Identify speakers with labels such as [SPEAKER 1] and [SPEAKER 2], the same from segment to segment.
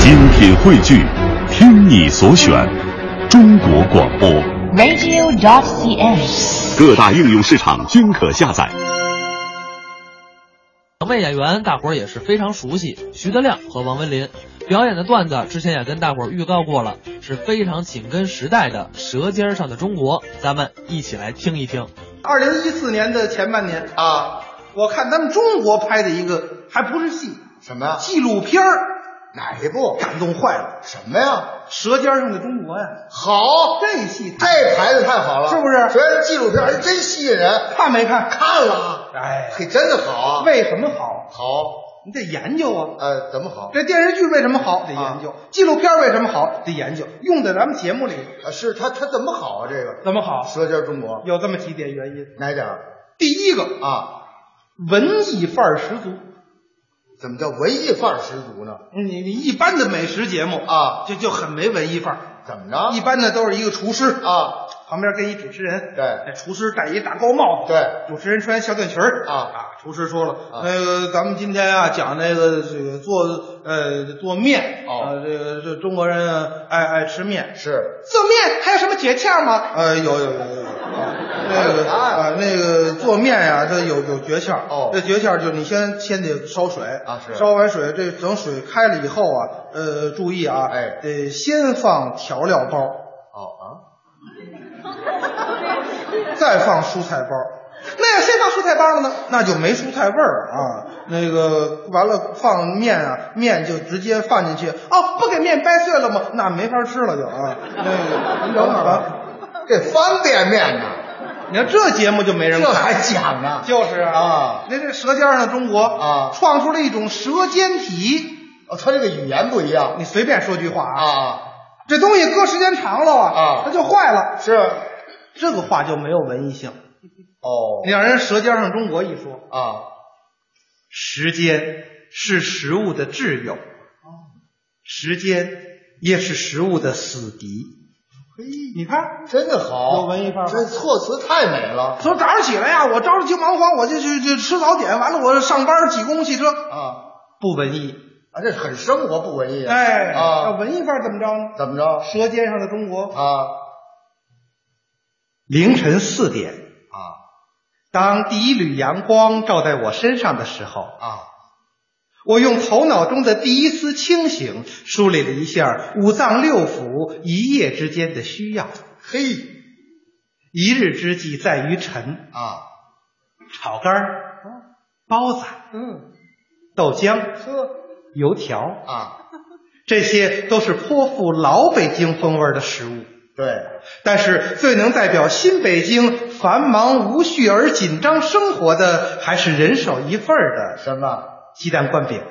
[SPEAKER 1] 精品汇聚，听你所选，中国广播。
[SPEAKER 2] radio.cn。
[SPEAKER 1] 各大应用市场均可下载。
[SPEAKER 3] 两位演员，大伙儿也是非常熟悉，徐德亮和王文林表演的段子，之前也跟大伙儿预告过了，是非常紧跟时代的《舌尖上的中国》，咱们一起来听一听。
[SPEAKER 4] 二零一四年的前半年啊，我看咱们中国拍的一个还不是戏，
[SPEAKER 5] 什么呀？
[SPEAKER 4] 纪录片儿，
[SPEAKER 5] 哪一部？
[SPEAKER 4] 感动坏了，
[SPEAKER 5] 什么呀？
[SPEAKER 4] 《舌尖上的中国》呀，
[SPEAKER 5] 好，
[SPEAKER 4] 这戏太
[SPEAKER 5] 这牌子太好了，
[SPEAKER 4] 是不是
[SPEAKER 5] 虽然纪录片还真吸引人，
[SPEAKER 4] 看没看？
[SPEAKER 5] 看了，
[SPEAKER 4] 哎
[SPEAKER 5] 嘿，真的好啊！
[SPEAKER 4] 为什么好？
[SPEAKER 5] 好，
[SPEAKER 4] 你得研究啊。
[SPEAKER 5] 呃，怎么好？
[SPEAKER 4] 这电视剧为什么好？得研究。纪录片为什么好？得研究。用在咱们节目里
[SPEAKER 5] 啊，是它它怎么好啊？这个
[SPEAKER 4] 怎么好？
[SPEAKER 5] 《舌尖中国》
[SPEAKER 4] 有这么几点原因。
[SPEAKER 5] 哪点儿
[SPEAKER 4] 第一个，
[SPEAKER 5] 啊？
[SPEAKER 4] 文艺范儿十足。
[SPEAKER 5] 怎么叫文艺范儿十足呢？
[SPEAKER 4] 你你一般的美食节目
[SPEAKER 5] 啊
[SPEAKER 4] 就就很没文艺范儿。
[SPEAKER 5] 怎么着？
[SPEAKER 4] 一般的都是一个厨师
[SPEAKER 5] 啊，
[SPEAKER 4] 旁边跟一主持人，
[SPEAKER 5] 对
[SPEAKER 4] 哎厨师戴一大高帽子，
[SPEAKER 5] 对，
[SPEAKER 4] 主持人穿小短裙儿
[SPEAKER 5] 啊
[SPEAKER 4] 啊，厨师说了，
[SPEAKER 5] 啊
[SPEAKER 4] 那个咱们今天啊讲那个这个做呃做面，
[SPEAKER 5] 哦
[SPEAKER 4] 呃这个这中国人啊爱爱吃面，
[SPEAKER 5] 是
[SPEAKER 4] 做面还有什么诀窍吗？呃，有有有有有。啊那个啊，那个做面呀、它有有诀窍。
[SPEAKER 5] 哦
[SPEAKER 4] 这诀窍就是你先先得烧水
[SPEAKER 5] 啊是
[SPEAKER 4] 烧完水，这等水开了以后啊，呃，注意啊，
[SPEAKER 5] 哎
[SPEAKER 4] 得先放调料包，
[SPEAKER 5] 哦
[SPEAKER 4] 再放蔬菜包。那要先放蔬菜包了呢，那就没蔬菜味儿啊。那个完了放面啊，面就直接放进去。哦，不给面掰碎了吗？那没法吃了就啊。那个，您等会儿吧。
[SPEAKER 5] 啊， 这方便面呢？
[SPEAKER 4] 你看这节目就没人
[SPEAKER 5] 这
[SPEAKER 4] 看，
[SPEAKER 5] 还讲呢？
[SPEAKER 4] 就是啊，那这《舌尖上的中国》
[SPEAKER 5] 啊
[SPEAKER 4] 创出了一种舌尖体。
[SPEAKER 5] 哦，它这个语言不一样
[SPEAKER 4] 你随便说句话啊，
[SPEAKER 5] 啊，
[SPEAKER 4] 这东西搁时间长了啊
[SPEAKER 5] 啊，
[SPEAKER 4] 它就坏了。
[SPEAKER 5] 是
[SPEAKER 4] 这个话就没有文艺性。
[SPEAKER 5] 哦
[SPEAKER 4] 你让人《舌尖上的中国》一说，
[SPEAKER 5] 啊，
[SPEAKER 4] 时间是食物的挚友，时间也是食物的死敌。
[SPEAKER 5] 嘿，
[SPEAKER 4] 你看，
[SPEAKER 5] 真的好，
[SPEAKER 4] 有文艺范儿吗
[SPEAKER 5] 这措辞太美了
[SPEAKER 4] 从早上起来呀、啊我着急忙慌，我就去去吃早点，完了我上班挤公共汽车，
[SPEAKER 5] 啊
[SPEAKER 4] 不文艺。
[SPEAKER 5] 啊，这很生活不文艺啊，
[SPEAKER 4] 哎，那
[SPEAKER 5] 啊，
[SPEAKER 4] 文艺范儿怎么着呢？
[SPEAKER 5] 怎么着
[SPEAKER 4] 舌尖上的中国，
[SPEAKER 5] 啊
[SPEAKER 4] 凌晨四点，
[SPEAKER 5] 啊
[SPEAKER 4] 当第一缕阳光照在我身上的时候，
[SPEAKER 5] 啊，
[SPEAKER 4] 我用头脑中的第一丝清醒梳理了一下五脏六腑一夜之间的需要。
[SPEAKER 5] 嘿
[SPEAKER 4] 一日之计在于晨，
[SPEAKER 5] 啊，
[SPEAKER 4] 炒肝儿、包子、
[SPEAKER 5] 嗯，
[SPEAKER 4] 豆浆、
[SPEAKER 5] 这
[SPEAKER 4] 油条，
[SPEAKER 5] 啊，
[SPEAKER 4] 这些都是颇富老北京风味儿的食物。
[SPEAKER 5] 对，
[SPEAKER 4] 但是最能代表新北京繁忙无序而紧张生活的，还是人手一份儿的
[SPEAKER 5] 什么？
[SPEAKER 4] 鸡蛋灌饼。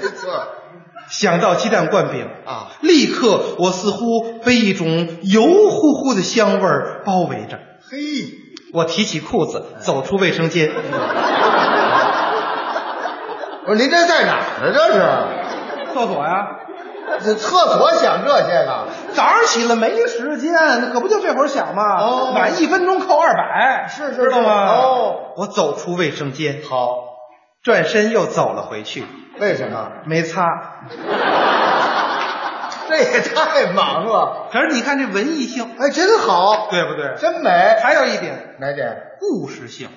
[SPEAKER 5] 没错
[SPEAKER 4] 想到鸡蛋灌饼，
[SPEAKER 5] 啊，
[SPEAKER 4] 立刻我似乎被一种油乎乎的香味儿包围着。
[SPEAKER 5] 嘿，
[SPEAKER 4] 我提起裤子，走出卫生间，
[SPEAKER 5] 我说您这在哪儿呢？这
[SPEAKER 4] 厕所呀、
[SPEAKER 5] 是这厕所想这些个？
[SPEAKER 4] 早上起来没时间，可不就这会儿想吗？
[SPEAKER 5] 哦
[SPEAKER 4] 晚一分钟扣二百，
[SPEAKER 5] 是是
[SPEAKER 4] 知道吗？
[SPEAKER 5] 是哦，
[SPEAKER 4] 我走出卫生间，
[SPEAKER 5] 好，
[SPEAKER 4] 转身又走了回去，
[SPEAKER 5] 为什么？
[SPEAKER 4] 没 擦。
[SPEAKER 5] 这也太忙了，
[SPEAKER 4] 可是你看这文艺性，
[SPEAKER 5] 哎，真好，
[SPEAKER 4] 对不对？
[SPEAKER 5] 真美，
[SPEAKER 4] 还有一点
[SPEAKER 5] 哪点？
[SPEAKER 4] 故事性，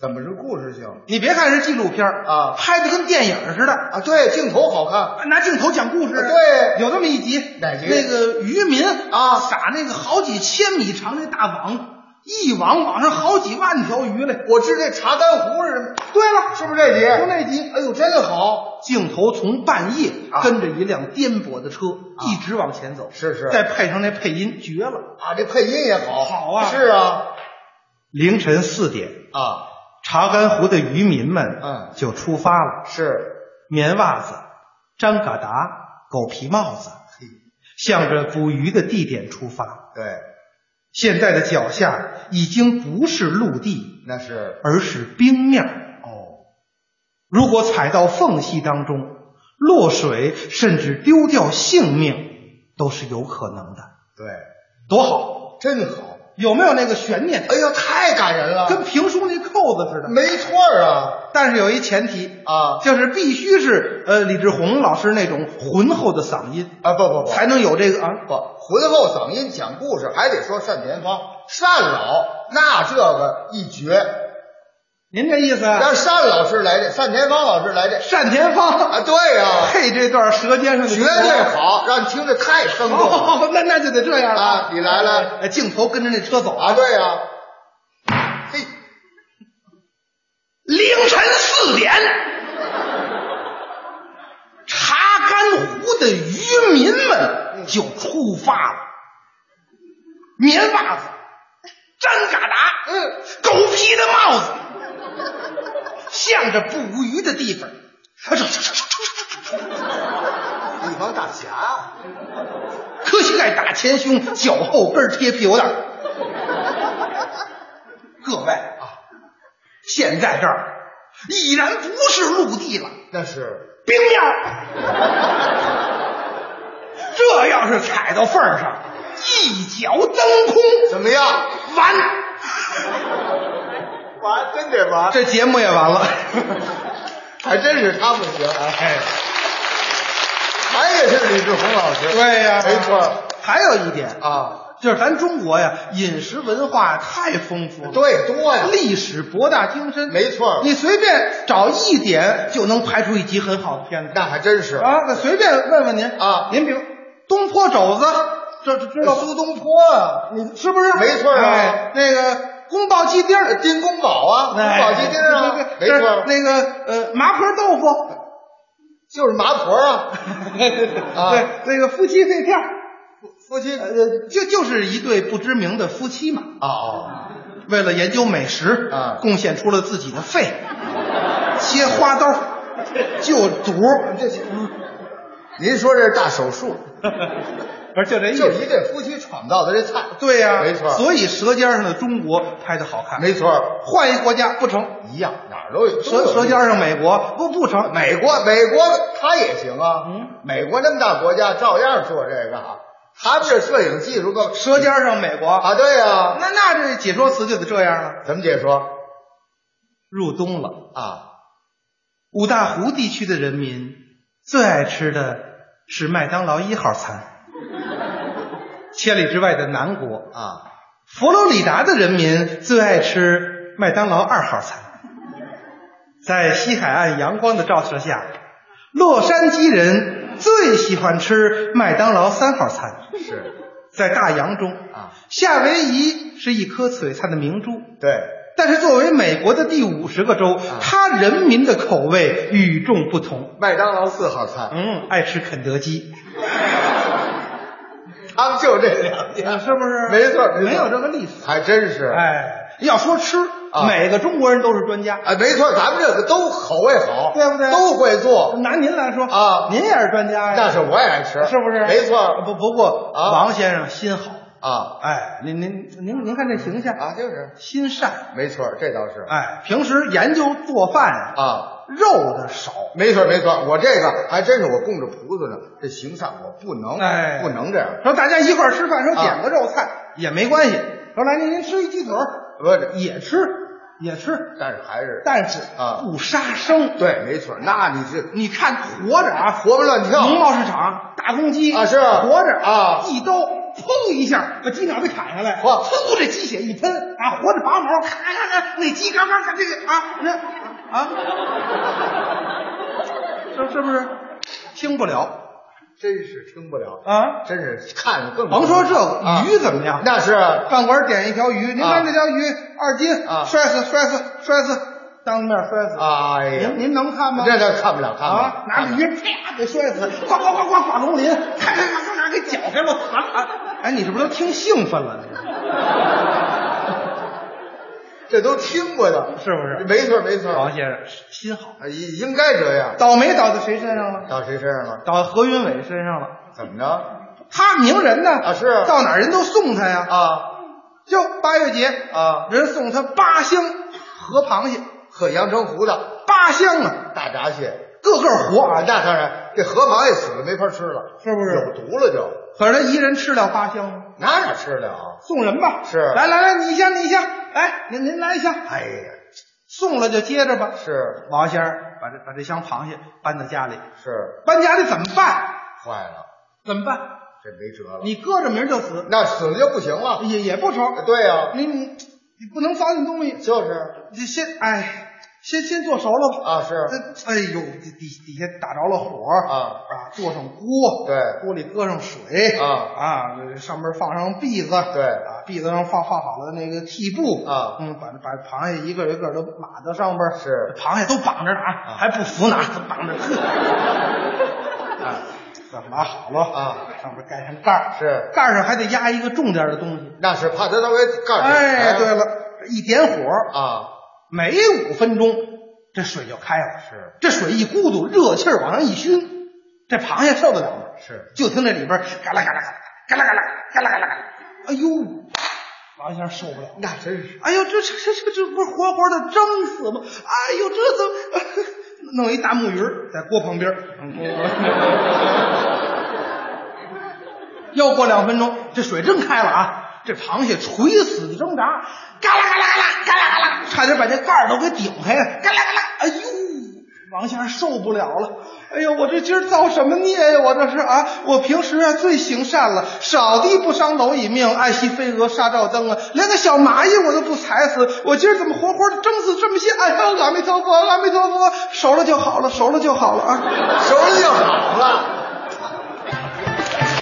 [SPEAKER 5] 怎么是故事性
[SPEAKER 4] 你别看是纪录片儿
[SPEAKER 5] 啊
[SPEAKER 4] 拍的跟电影似的，
[SPEAKER 5] 啊？对，镜头好看，啊
[SPEAKER 4] 拿镜头讲故事。
[SPEAKER 5] 对
[SPEAKER 4] 有这么一集，
[SPEAKER 5] 哪集
[SPEAKER 4] 那个渔民
[SPEAKER 5] 啊
[SPEAKER 4] 撒那个好几千米长那大网，一网网上好几万条鱼来。
[SPEAKER 5] 我知这查干湖是什么？
[SPEAKER 4] 对了，
[SPEAKER 5] 是不是这集？
[SPEAKER 4] 就那集
[SPEAKER 5] 哎呦，真好！
[SPEAKER 4] 镜头从半夜
[SPEAKER 5] 啊
[SPEAKER 4] 跟着一辆颠簸的车一直往前走，
[SPEAKER 5] 是是
[SPEAKER 4] 再配上那配音，绝了。
[SPEAKER 5] 啊，这配音也好，
[SPEAKER 4] 好啊
[SPEAKER 5] 是啊，
[SPEAKER 4] 凌晨四点，
[SPEAKER 5] 啊，
[SPEAKER 4] 查干湖的渔民们
[SPEAKER 5] 嗯
[SPEAKER 4] 就出发了，
[SPEAKER 5] 是，
[SPEAKER 4] 棉袜子、张嘎达、狗皮帽子，
[SPEAKER 5] 嘿，
[SPEAKER 4] 向着捕鱼的地点出发。
[SPEAKER 5] 对，
[SPEAKER 4] 现在的脚下已经不是陆地，
[SPEAKER 5] 那是，
[SPEAKER 4] 而是冰面。
[SPEAKER 5] 哦，
[SPEAKER 4] 如果踩到缝隙当中，落水甚至丢掉性命都是有可能的。
[SPEAKER 5] 对，
[SPEAKER 4] 多好！
[SPEAKER 5] 真好，
[SPEAKER 4] 有没有那个悬念？
[SPEAKER 5] 哎呦，太感人了，
[SPEAKER 4] 跟评书那扣子似的。
[SPEAKER 5] 没错儿啊
[SPEAKER 4] 但是有一前提，
[SPEAKER 5] 啊
[SPEAKER 4] 就是必须是呃李志宏老师那种浑厚的嗓音，
[SPEAKER 5] 啊！不不不，
[SPEAKER 4] 才能有这个啊。
[SPEAKER 5] 不浑厚嗓音讲故事，还得说单田芳、单老，那这个一绝。
[SPEAKER 4] 您这意思啊？
[SPEAKER 5] 让单老师来这，单田芳老师来这
[SPEAKER 4] 单田芳
[SPEAKER 5] 啊，对呀、
[SPEAKER 4] 配这段《舌尖上的
[SPEAKER 5] 绝
[SPEAKER 4] 中国
[SPEAKER 5] 对好，让你听着太生动了、
[SPEAKER 4] 哦，那那就得这样了
[SPEAKER 5] 啊你来了，
[SPEAKER 4] 哎镜头跟着那车走
[SPEAKER 5] 啊！对呀、嘿，
[SPEAKER 4] 凌晨四点，查干湖的渔民们就出发了，棉袜子、毡嘎达，嗯，狗皮的帽子，向着捕鱼的地方，啊，这
[SPEAKER 5] 一帮大侠，
[SPEAKER 4] 磕膝盖打前胸，脚后跟贴屁股蛋儿。各位啊，现在这儿已然不是陆地了，
[SPEAKER 5] 那是
[SPEAKER 4] 冰面儿。这要是踩到缝儿上，一脚蹬空，
[SPEAKER 5] 怎么样？
[SPEAKER 4] 完，
[SPEAKER 5] 玩真得玩，
[SPEAKER 4] 这节目也完了。
[SPEAKER 5] 还真是他们行，哎，还也是李志宏老师，没错
[SPEAKER 4] 还有一点，
[SPEAKER 5] 啊，
[SPEAKER 4] 就是咱中国呀，饮食文化太丰富了。
[SPEAKER 5] 对多呀，
[SPEAKER 4] 历史博大精深，
[SPEAKER 5] 没错
[SPEAKER 4] 你随便找一点就能拍出一集很好的片子
[SPEAKER 5] 那还真是
[SPEAKER 4] 啊！那随便问问您
[SPEAKER 5] 啊
[SPEAKER 4] 您比如东坡肘子，呃这这知道
[SPEAKER 5] 苏东坡啊，
[SPEAKER 4] 你是不是？
[SPEAKER 5] 没错啊
[SPEAKER 4] 哎，那个宫保鸡丁儿，
[SPEAKER 5] 丁公宝啊，宫
[SPEAKER 4] 哎
[SPEAKER 5] 保鸡丁啊
[SPEAKER 4] 对对， 对
[SPEAKER 5] 没错啊
[SPEAKER 4] 这，那个呃麻婆豆 腐，
[SPEAKER 5] 就是麻婆啊，啊
[SPEAKER 4] 对，那个夫妻肺片儿，
[SPEAKER 5] 夫妻啊
[SPEAKER 4] 呃，就就是一对不知名的夫妻嘛，
[SPEAKER 5] 哦，
[SPEAKER 4] 为了研究美食
[SPEAKER 5] 啊
[SPEAKER 4] 贡献出了自己的肺，切花刀，就嗯肚。
[SPEAKER 5] 这是您说这是大手术，
[SPEAKER 4] 不是就这意
[SPEAKER 5] 就是
[SPEAKER 4] 思。
[SPEAKER 5] 一对夫妻创造的这菜，
[SPEAKER 4] 对呀、
[SPEAKER 5] 没错
[SPEAKER 4] 所以《舌尖上的中国》拍的好看，
[SPEAKER 5] 没错，
[SPEAKER 4] 换一国家不成，
[SPEAKER 5] 一样哪儿都
[SPEAKER 4] 《
[SPEAKER 5] 有。
[SPEAKER 4] 舌舌尖上美国》不不成，
[SPEAKER 5] 美国，美国他也行啊，
[SPEAKER 4] 嗯，
[SPEAKER 5] 美国那么大国家照样做这个啊，他们这摄影技术够
[SPEAKER 4] 《舌尖上美国》
[SPEAKER 5] 啊，对呀、
[SPEAKER 4] 那那这解说词就得这样了。
[SPEAKER 5] 怎么解说
[SPEAKER 4] 入冬了，
[SPEAKER 5] 啊？
[SPEAKER 4] 五大湖地区的人民最爱吃的是麦当劳一号餐。千里之外的南国，
[SPEAKER 5] 啊，
[SPEAKER 4] 佛罗里达的人民最爱吃麦当劳二号餐。在西海岸阳光的照射下，洛杉矶人最喜欢吃麦当劳三号餐。
[SPEAKER 5] 是
[SPEAKER 4] 在大洋中，
[SPEAKER 5] 啊，
[SPEAKER 4] 夏威夷是一颗璀璨的明珠，
[SPEAKER 5] 对，啊
[SPEAKER 4] 但是作为美国的第五十个州，它人民的口味与众不同。
[SPEAKER 5] 麦当劳四号餐，
[SPEAKER 4] 嗯，爱吃肯德基，
[SPEAKER 5] 他们就这两
[SPEAKER 4] 啊是
[SPEAKER 5] 家，
[SPEAKER 4] 不是？
[SPEAKER 5] 没错没错
[SPEAKER 4] 没有这个历史。
[SPEAKER 5] 还真是
[SPEAKER 4] 哎，要说吃，
[SPEAKER 5] 啊
[SPEAKER 4] 每个中国人都是专家。
[SPEAKER 5] 啊，没错，咱们这个都口味好，
[SPEAKER 4] 对不对
[SPEAKER 5] 都会做，
[SPEAKER 4] 哦拿您来说
[SPEAKER 5] 啊
[SPEAKER 4] 您也是专家呀，
[SPEAKER 5] 但是我也爱吃，
[SPEAKER 4] 是不是？
[SPEAKER 5] 没错
[SPEAKER 4] 不不过，
[SPEAKER 5] 啊
[SPEAKER 4] 王先生心好，
[SPEAKER 5] 啊
[SPEAKER 4] 哎，您您您您看这形象，
[SPEAKER 5] 啊，就是
[SPEAKER 4] 心善，
[SPEAKER 5] 没错，这倒是
[SPEAKER 4] 哎，平时研究做饭呀，
[SPEAKER 5] 啊，
[SPEAKER 4] 肉的少，
[SPEAKER 5] 没错没错，我这个还真是我供着菩萨呢，这形象我不能
[SPEAKER 4] 哎
[SPEAKER 5] 不能这样，
[SPEAKER 4] 说大家一块儿吃饭，说
[SPEAKER 5] 啊
[SPEAKER 4] 点个肉菜也没关系，说来您您吃一鸡腿儿
[SPEAKER 5] 不是，
[SPEAKER 4] 也吃也吃，
[SPEAKER 5] 但是还是
[SPEAKER 4] 但是
[SPEAKER 5] 啊
[SPEAKER 4] 不杀生。
[SPEAKER 5] 对，没错，那你是嗯
[SPEAKER 4] 你看活着啊，
[SPEAKER 5] 活蹦乱
[SPEAKER 4] 农
[SPEAKER 5] 跳，
[SPEAKER 4] 贸市场大公鸡
[SPEAKER 5] 啊是
[SPEAKER 4] 活着
[SPEAKER 5] 啊
[SPEAKER 4] 一刀砰一下把鸡脑袋砍下来，
[SPEAKER 5] 哇
[SPEAKER 4] 嗖这鸡血一喷啊，活着拔毛，咔咔咔咔，那鸡嘎嘎嘎这个啊那啊，是是不是听不了
[SPEAKER 5] 真是听不了，
[SPEAKER 4] 啊？
[SPEAKER 5] 真是看更
[SPEAKER 4] 甭说这
[SPEAKER 5] 啊
[SPEAKER 4] 个鱼怎么样，
[SPEAKER 5] 那是
[SPEAKER 4] 饭馆点一条鱼，您
[SPEAKER 5] 啊
[SPEAKER 4] 看这条鱼二斤，
[SPEAKER 5] 啊
[SPEAKER 4] 摔死摔死摔死，当面摔死，
[SPEAKER 5] 哎呀
[SPEAKER 4] 您，您能看吗？
[SPEAKER 5] 这倒看不了看不
[SPEAKER 4] 啊
[SPEAKER 5] 了，，
[SPEAKER 4] 拿着鱼啪给摔死，呱呱呱呱挂丛林，咔咔咔咔咔给绞开了啊啊！哎，你是不是都听兴奋了？
[SPEAKER 5] 这都听过的，
[SPEAKER 4] 是不是？
[SPEAKER 5] 没错没错，
[SPEAKER 4] 王先生心好，
[SPEAKER 5] 啊应应该这样，
[SPEAKER 4] 倒霉倒在谁身上了？
[SPEAKER 5] 到谁身上了？
[SPEAKER 4] 倒在何云伟身上了。
[SPEAKER 5] 怎么着？
[SPEAKER 4] 他名人呢？
[SPEAKER 5] 啊是
[SPEAKER 4] 到哪儿人都送他呀。
[SPEAKER 5] 啊
[SPEAKER 4] 就八月节，
[SPEAKER 5] 啊，
[SPEAKER 4] 人送他八箱河螃蟹，
[SPEAKER 5] 喝阳澄湖的
[SPEAKER 4] 八箱啊，
[SPEAKER 5] 大闸蟹，
[SPEAKER 4] 个个活
[SPEAKER 5] 啊，那当然，这河马也死了，没法吃了，
[SPEAKER 4] 是不是
[SPEAKER 5] 有毒了就，
[SPEAKER 4] 可是他一人吃了八箱吗？
[SPEAKER 5] 那哪吃得了？啊
[SPEAKER 4] 送人吧。
[SPEAKER 5] 是
[SPEAKER 4] 来来来，你先，你先，来，您您来一箱。
[SPEAKER 5] 哎呀，
[SPEAKER 4] 送了就接着吧。
[SPEAKER 5] 是
[SPEAKER 4] 王先生把这把这箱螃蟹搬到家里，
[SPEAKER 5] 是，
[SPEAKER 4] 搬家里怎么办？
[SPEAKER 5] 坏了，
[SPEAKER 4] 怎么办？
[SPEAKER 5] 这没辙了，
[SPEAKER 4] 你搁着明儿就死，
[SPEAKER 5] 那死了就不行了。
[SPEAKER 4] 也也不愁。
[SPEAKER 5] 对呀，
[SPEAKER 4] 你你你不能糟践东西，
[SPEAKER 5] 就是
[SPEAKER 4] 你先哎，先先做熟了吧。
[SPEAKER 5] 啊，是
[SPEAKER 4] 这哎呦，底底底下打着了火
[SPEAKER 5] 啊
[SPEAKER 4] 啊，做上锅，
[SPEAKER 5] 对
[SPEAKER 4] 锅里搁上水
[SPEAKER 5] 啊
[SPEAKER 4] 啊，这上面放上篦子，
[SPEAKER 5] 对
[SPEAKER 4] 啊，篦子上放放好了那个屉布
[SPEAKER 5] 啊
[SPEAKER 4] 嗯，把把螃蟹一个一个都码到上边，
[SPEAKER 5] 是
[SPEAKER 4] 螃蟹都绑着呢啊，还不服呢，都绑着呢， 啊，这码好了
[SPEAKER 5] 啊，
[SPEAKER 4] 上面盖上盖儿，
[SPEAKER 5] 是
[SPEAKER 4] 盖儿上还得压一个重点的东西，
[SPEAKER 5] 那是怕他稍微干上
[SPEAKER 4] 哎，对了，这一点火，
[SPEAKER 5] 啊，
[SPEAKER 4] 每五分钟这水就开了，
[SPEAKER 5] 是
[SPEAKER 4] 这水一咕嘟，热气儿往上一熏，这螃蟹受得了吗？
[SPEAKER 5] 是，
[SPEAKER 4] 就听那里边儿嘎啦嘎啦嘎啦嘎啦嘎啦嘎啦嘎啦嘎啦，哎呦，王先生受不了。
[SPEAKER 5] 那真是
[SPEAKER 4] 哎呦，这这这这这不是活活的蒸死吗？哎呦，这怎么 弄一大木鱼儿在嗯锅旁边儿？又过两分钟，这水真开了啊！这螃蟹垂死的挣扎，嘎啦嘎啦嘎啦嘎啦嘎啦，差点把这盖儿都给顶开了，嘎啦嘎啦！哎呦，王先生受不了了！哎呦，我这今儿造什么孽呀？我这是啊！我平时啊最行善了，少地不伤蝼蚁命，爱惜飞蛾杀照灯啊！连个小蚂蚁我都不踩死，我今儿怎么活活的蒸死这么些？哎呀，阿弥陀佛，阿弥陀佛，熟了就好了，熟了就好了啊！
[SPEAKER 5] 手里就好了。